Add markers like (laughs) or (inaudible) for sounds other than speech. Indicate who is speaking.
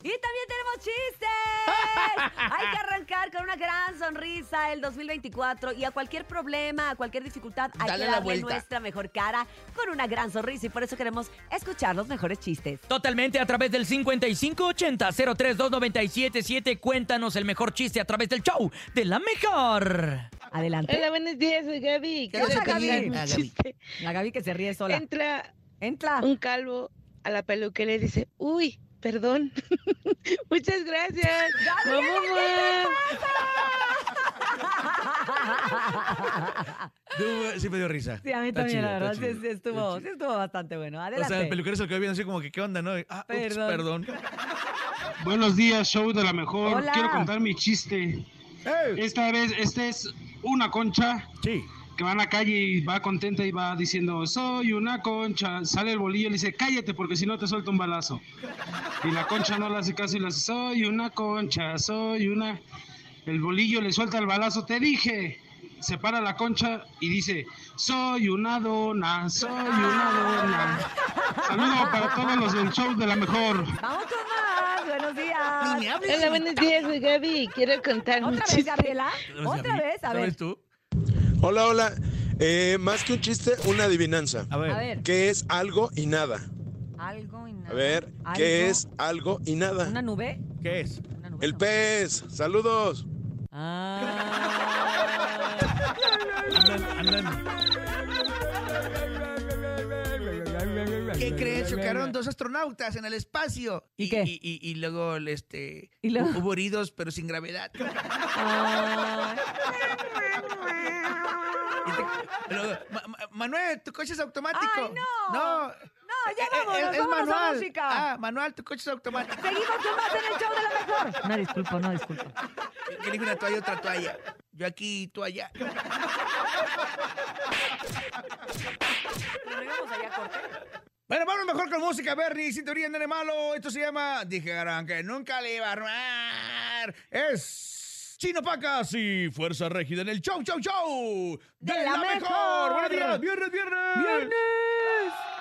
Speaker 1: Y también tenemos chistes. Hay que arrancar con una gran sonrisa el 2024 y a cualquier problema, a cualquier dificultad, hay
Speaker 2: Dale
Speaker 1: que
Speaker 2: la
Speaker 1: darle
Speaker 2: vuelta.
Speaker 1: nuestra mejor cara con una gran sonrisa y por eso queremos escuchar los mejores chistes.
Speaker 2: Totalmente a través del 5580-032977. Cuéntanos el mejor chiste a través del show de la mejor. Eh,
Speaker 1: Adelante.
Speaker 3: Hola, buenos días, soy Gaby.
Speaker 1: ¿Eh? ¿Qué onda,
Speaker 3: Quiero
Speaker 1: Gaby? Ah.
Speaker 3: contar un
Speaker 2: Ah, Gaby.
Speaker 3: chiste.
Speaker 1: La Gaby que se ríe sola.
Speaker 3: Entra
Speaker 1: Entra.
Speaker 3: un calvo a la peluquería y dice, uy, perdón. (laughs) Muchas gracias. Mamá.
Speaker 4: Yo, sí me dio risa.
Speaker 1: Sí, a mí
Speaker 4: Está
Speaker 1: también, la
Speaker 4: chido,
Speaker 1: verdad,
Speaker 4: está
Speaker 1: sí,
Speaker 4: chido,
Speaker 1: sí estuvo,
Speaker 4: está
Speaker 1: sí
Speaker 4: chido.
Speaker 1: estuvo bastante bueno.
Speaker 4: O sea, el
Speaker 1: Adelante.
Speaker 4: peluquero se lo quedó viendo así como que, ¿qué onda, no? Ah, ups,
Speaker 1: Perdón.
Speaker 4: perdón.
Speaker 5: Buenos días, show de la mejor.
Speaker 1: Hola.
Speaker 5: Quiero contar mi chiste.
Speaker 4: ¡Ey!
Speaker 5: Esta vez, esta es una concha
Speaker 4: Sí.
Speaker 5: que va a la calle y va contenta y va diciendo, soy una concha. Sale el bolillo y le dice, cállate porque si no te suelto un balazo. Y la concha no le hace caso y le dice, soy una concha, soy una... El bolillo le suelta el balazo, te dije. Se para la concha y dice, soy una dona, soy una dona. Saludos para todos los del show de la mejor.
Speaker 1: Vamos con más. Buenos días.
Speaker 3: Hola, buenos días, soy Gaby. Quiero contar un
Speaker 1: ¿Otra vez,
Speaker 3: chiste.
Speaker 1: Gabriela? ¿Otra vez? A ver.
Speaker 4: ¿Sabes tú?
Speaker 6: Hola, hola. Eh, más que un chiste, una adivinanza.
Speaker 4: A ver.
Speaker 1: A ver.
Speaker 6: ¿Qué es algo y nada?
Speaker 1: Algo y nada.
Speaker 6: A ver,
Speaker 1: Algo-
Speaker 6: ¿qué es algo y
Speaker 1: ¿Una
Speaker 6: nada?
Speaker 1: nube?
Speaker 4: ¿Qué es?
Speaker 1: Una nube,
Speaker 6: El
Speaker 1: no.
Speaker 6: pez. Saludos.
Speaker 1: Ah.
Speaker 4: Andan, andan.
Speaker 7: ¿Qué crees? Chocaron dos astronautas en el espacio.
Speaker 1: ¿Y qué?
Speaker 7: Y, y- y luego, este,
Speaker 1: ¿Y luego?
Speaker 7: hubo heridos, pero
Speaker 1: (laughs)
Speaker 7: sin gravedad. Ah. Luego, "Ma- ma- Manuel, tu coche es automático.
Speaker 1: ¡Ay, no!
Speaker 7: No,
Speaker 1: (laughs) No, ya
Speaker 7: eh,
Speaker 1: vámonos,
Speaker 7: eh, es,
Speaker 1: vámonos a
Speaker 7: manual.
Speaker 1: música.
Speaker 7: Ah, Manuel, tu coche es
Speaker 1: (laughs)
Speaker 7: automático.
Speaker 1: Seguimos con más en el show de la mejor. No, disculpo, no, disculpo.
Speaker 7: Que elige una toalla, otra toalla. Yo aquí, tú allá.
Speaker 4: Bueno, vamos mejor con música, Bernie.
Speaker 7: Sin teoría, nene malo. Esto se llama Dijeron que nunca le iba a armar.
Speaker 4: Es Chino Pacas y Fuerza Régida en el show, show, show.
Speaker 1: De la mejor.
Speaker 4: Buenos días, viernes, viernes.
Speaker 1: ¡Viernes!